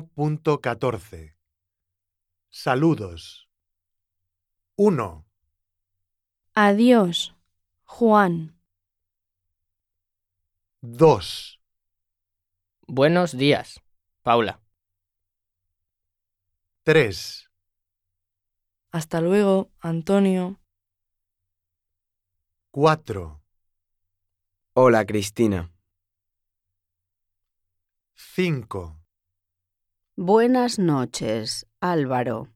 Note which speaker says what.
Speaker 1: 1.14 Saludos 1,
Speaker 2: Adiós, Juan.
Speaker 1: 2,
Speaker 3: Buenos días, Paula.
Speaker 1: 3,
Speaker 2: Hasta luego, Antonio.
Speaker 1: 4,
Speaker 4: Hola, Cristina.
Speaker 1: 5,
Speaker 5: Buenas noches, Álvaro.